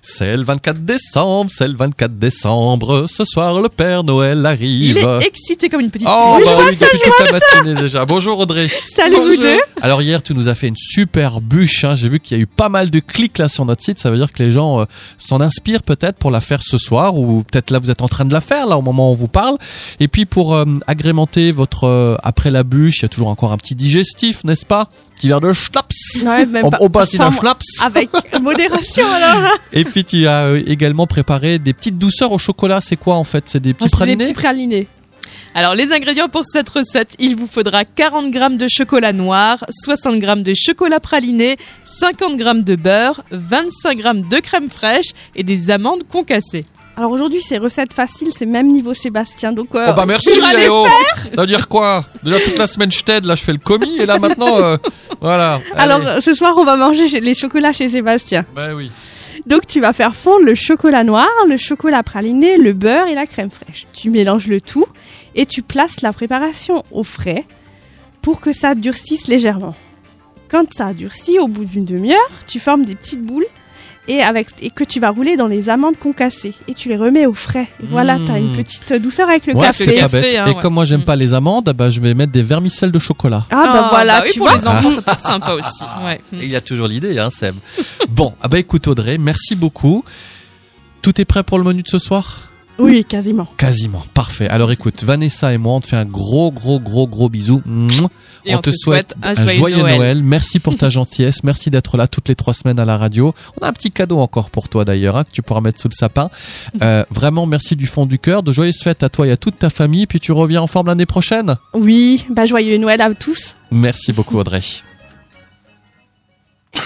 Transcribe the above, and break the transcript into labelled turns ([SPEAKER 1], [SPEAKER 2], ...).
[SPEAKER 1] C'est le 24 décembre, c'est le 24 décembre. Ce soir, le Père Noël arrive.
[SPEAKER 2] Il est excité comme une petite.
[SPEAKER 1] Oh,
[SPEAKER 2] puce.
[SPEAKER 1] bah oui, depuis toute la matinée déjà. Bonjour Audrey.
[SPEAKER 3] Salut vous
[SPEAKER 2] Bonjour.
[SPEAKER 3] deux.
[SPEAKER 1] Alors hier, tu nous as fait une super bûche. hein. J'ai vu qu'il y a eu pas mal de clics là sur notre site. Ça veut dire que les gens euh, s'en inspirent peut-être pour la faire ce soir ou peut-être là vous êtes en train de la faire là au moment où on vous parle. Et puis pour euh, agrémenter votre euh, après la bûche, il y a toujours encore un petit digestif, n'est-ce pas Petit verre de schlaps.
[SPEAKER 3] Ouais, même
[SPEAKER 1] On,
[SPEAKER 3] pas-
[SPEAKER 1] on passe
[SPEAKER 3] enfin,
[SPEAKER 1] un schlaps.
[SPEAKER 3] Avec modération alors. hein.
[SPEAKER 1] Et puis tu as euh, également préparé des petites douceurs au chocolat. C'est quoi en fait C'est des petits
[SPEAKER 3] Ah, C'est Des
[SPEAKER 1] pralinés
[SPEAKER 3] petits pralinés.
[SPEAKER 2] Alors les ingrédients pour cette recette, il vous faudra 40 g de chocolat noir, 60 g de chocolat praliné, 50 g de beurre, 25 g de crème fraîche et des amandes concassées.
[SPEAKER 3] Alors aujourd'hui, c'est recette facile, c'est même niveau Sébastien. Donc, euh,
[SPEAKER 1] Oh bah merci
[SPEAKER 3] tu vas les
[SPEAKER 1] Léo. Ça veut dire quoi Déjà toute la semaine je t'aide, là je fais le commis et là maintenant euh, voilà.
[SPEAKER 3] Alors
[SPEAKER 1] Allez.
[SPEAKER 3] euh, ce soir, on va manger chez- les chocolats chez Sébastien.
[SPEAKER 1] Bah oui.
[SPEAKER 3] Donc tu vas faire fondre le chocolat noir, le chocolat praliné, le beurre et la crème fraîche. Tu mélanges le tout et tu places la préparation au frais pour que ça durcisse légèrement. Quand ça a durci, au bout d'une demi-heure, tu formes des petites boules et, avec, et que tu vas rouler dans les amandes concassées et tu les remets au frais. Et Voilà,
[SPEAKER 1] Mmh.
[SPEAKER 3] t'as une petite douceur avec le
[SPEAKER 1] ouais, c'est
[SPEAKER 3] café.
[SPEAKER 1] pas
[SPEAKER 2] Café,
[SPEAKER 1] bête.
[SPEAKER 2] hein,
[SPEAKER 1] et
[SPEAKER 2] ouais.
[SPEAKER 1] comme moi j'aime
[SPEAKER 2] Mm.
[SPEAKER 1] pas les amandes, bah je vais mettre des vermicelles de chocolat.
[SPEAKER 3] Ah bah voilà,
[SPEAKER 2] oui,
[SPEAKER 3] tu
[SPEAKER 2] pour
[SPEAKER 3] vois.
[SPEAKER 2] les enfants ça peut être sympa aussi. Ouais.
[SPEAKER 3] Mm.
[SPEAKER 1] Et Il y a toujours l'idée, hein, Seb. bon, ah bah écoute Audrey, merci beaucoup. Tout est prêt pour le menu de ce soir
[SPEAKER 3] Oui, quasiment.
[SPEAKER 1] Quasiment, parfait. Alors écoute, Vanessa et moi, on te fait un gros, gros, gros, gros bisou. Mouah.
[SPEAKER 2] Et on te souhaite un Ah, joyeux
[SPEAKER 1] Noël.
[SPEAKER 2] Noël.
[SPEAKER 1] Merci pour ta gentillesse. Merci d'être là toutes les trois semaines à la radio. On a un petit cadeau encore pour toi d'ailleurs, hein, que tu pourras mettre sous le sapin. Euh, vraiment, merci du fond du cœur. De joyeuses fêtes à toi et à toute ta famille. Puis tu reviens en forme l'année prochaine.
[SPEAKER 3] Oui, bah joyeux Noël à tous.
[SPEAKER 1] Merci beaucoup Audrey.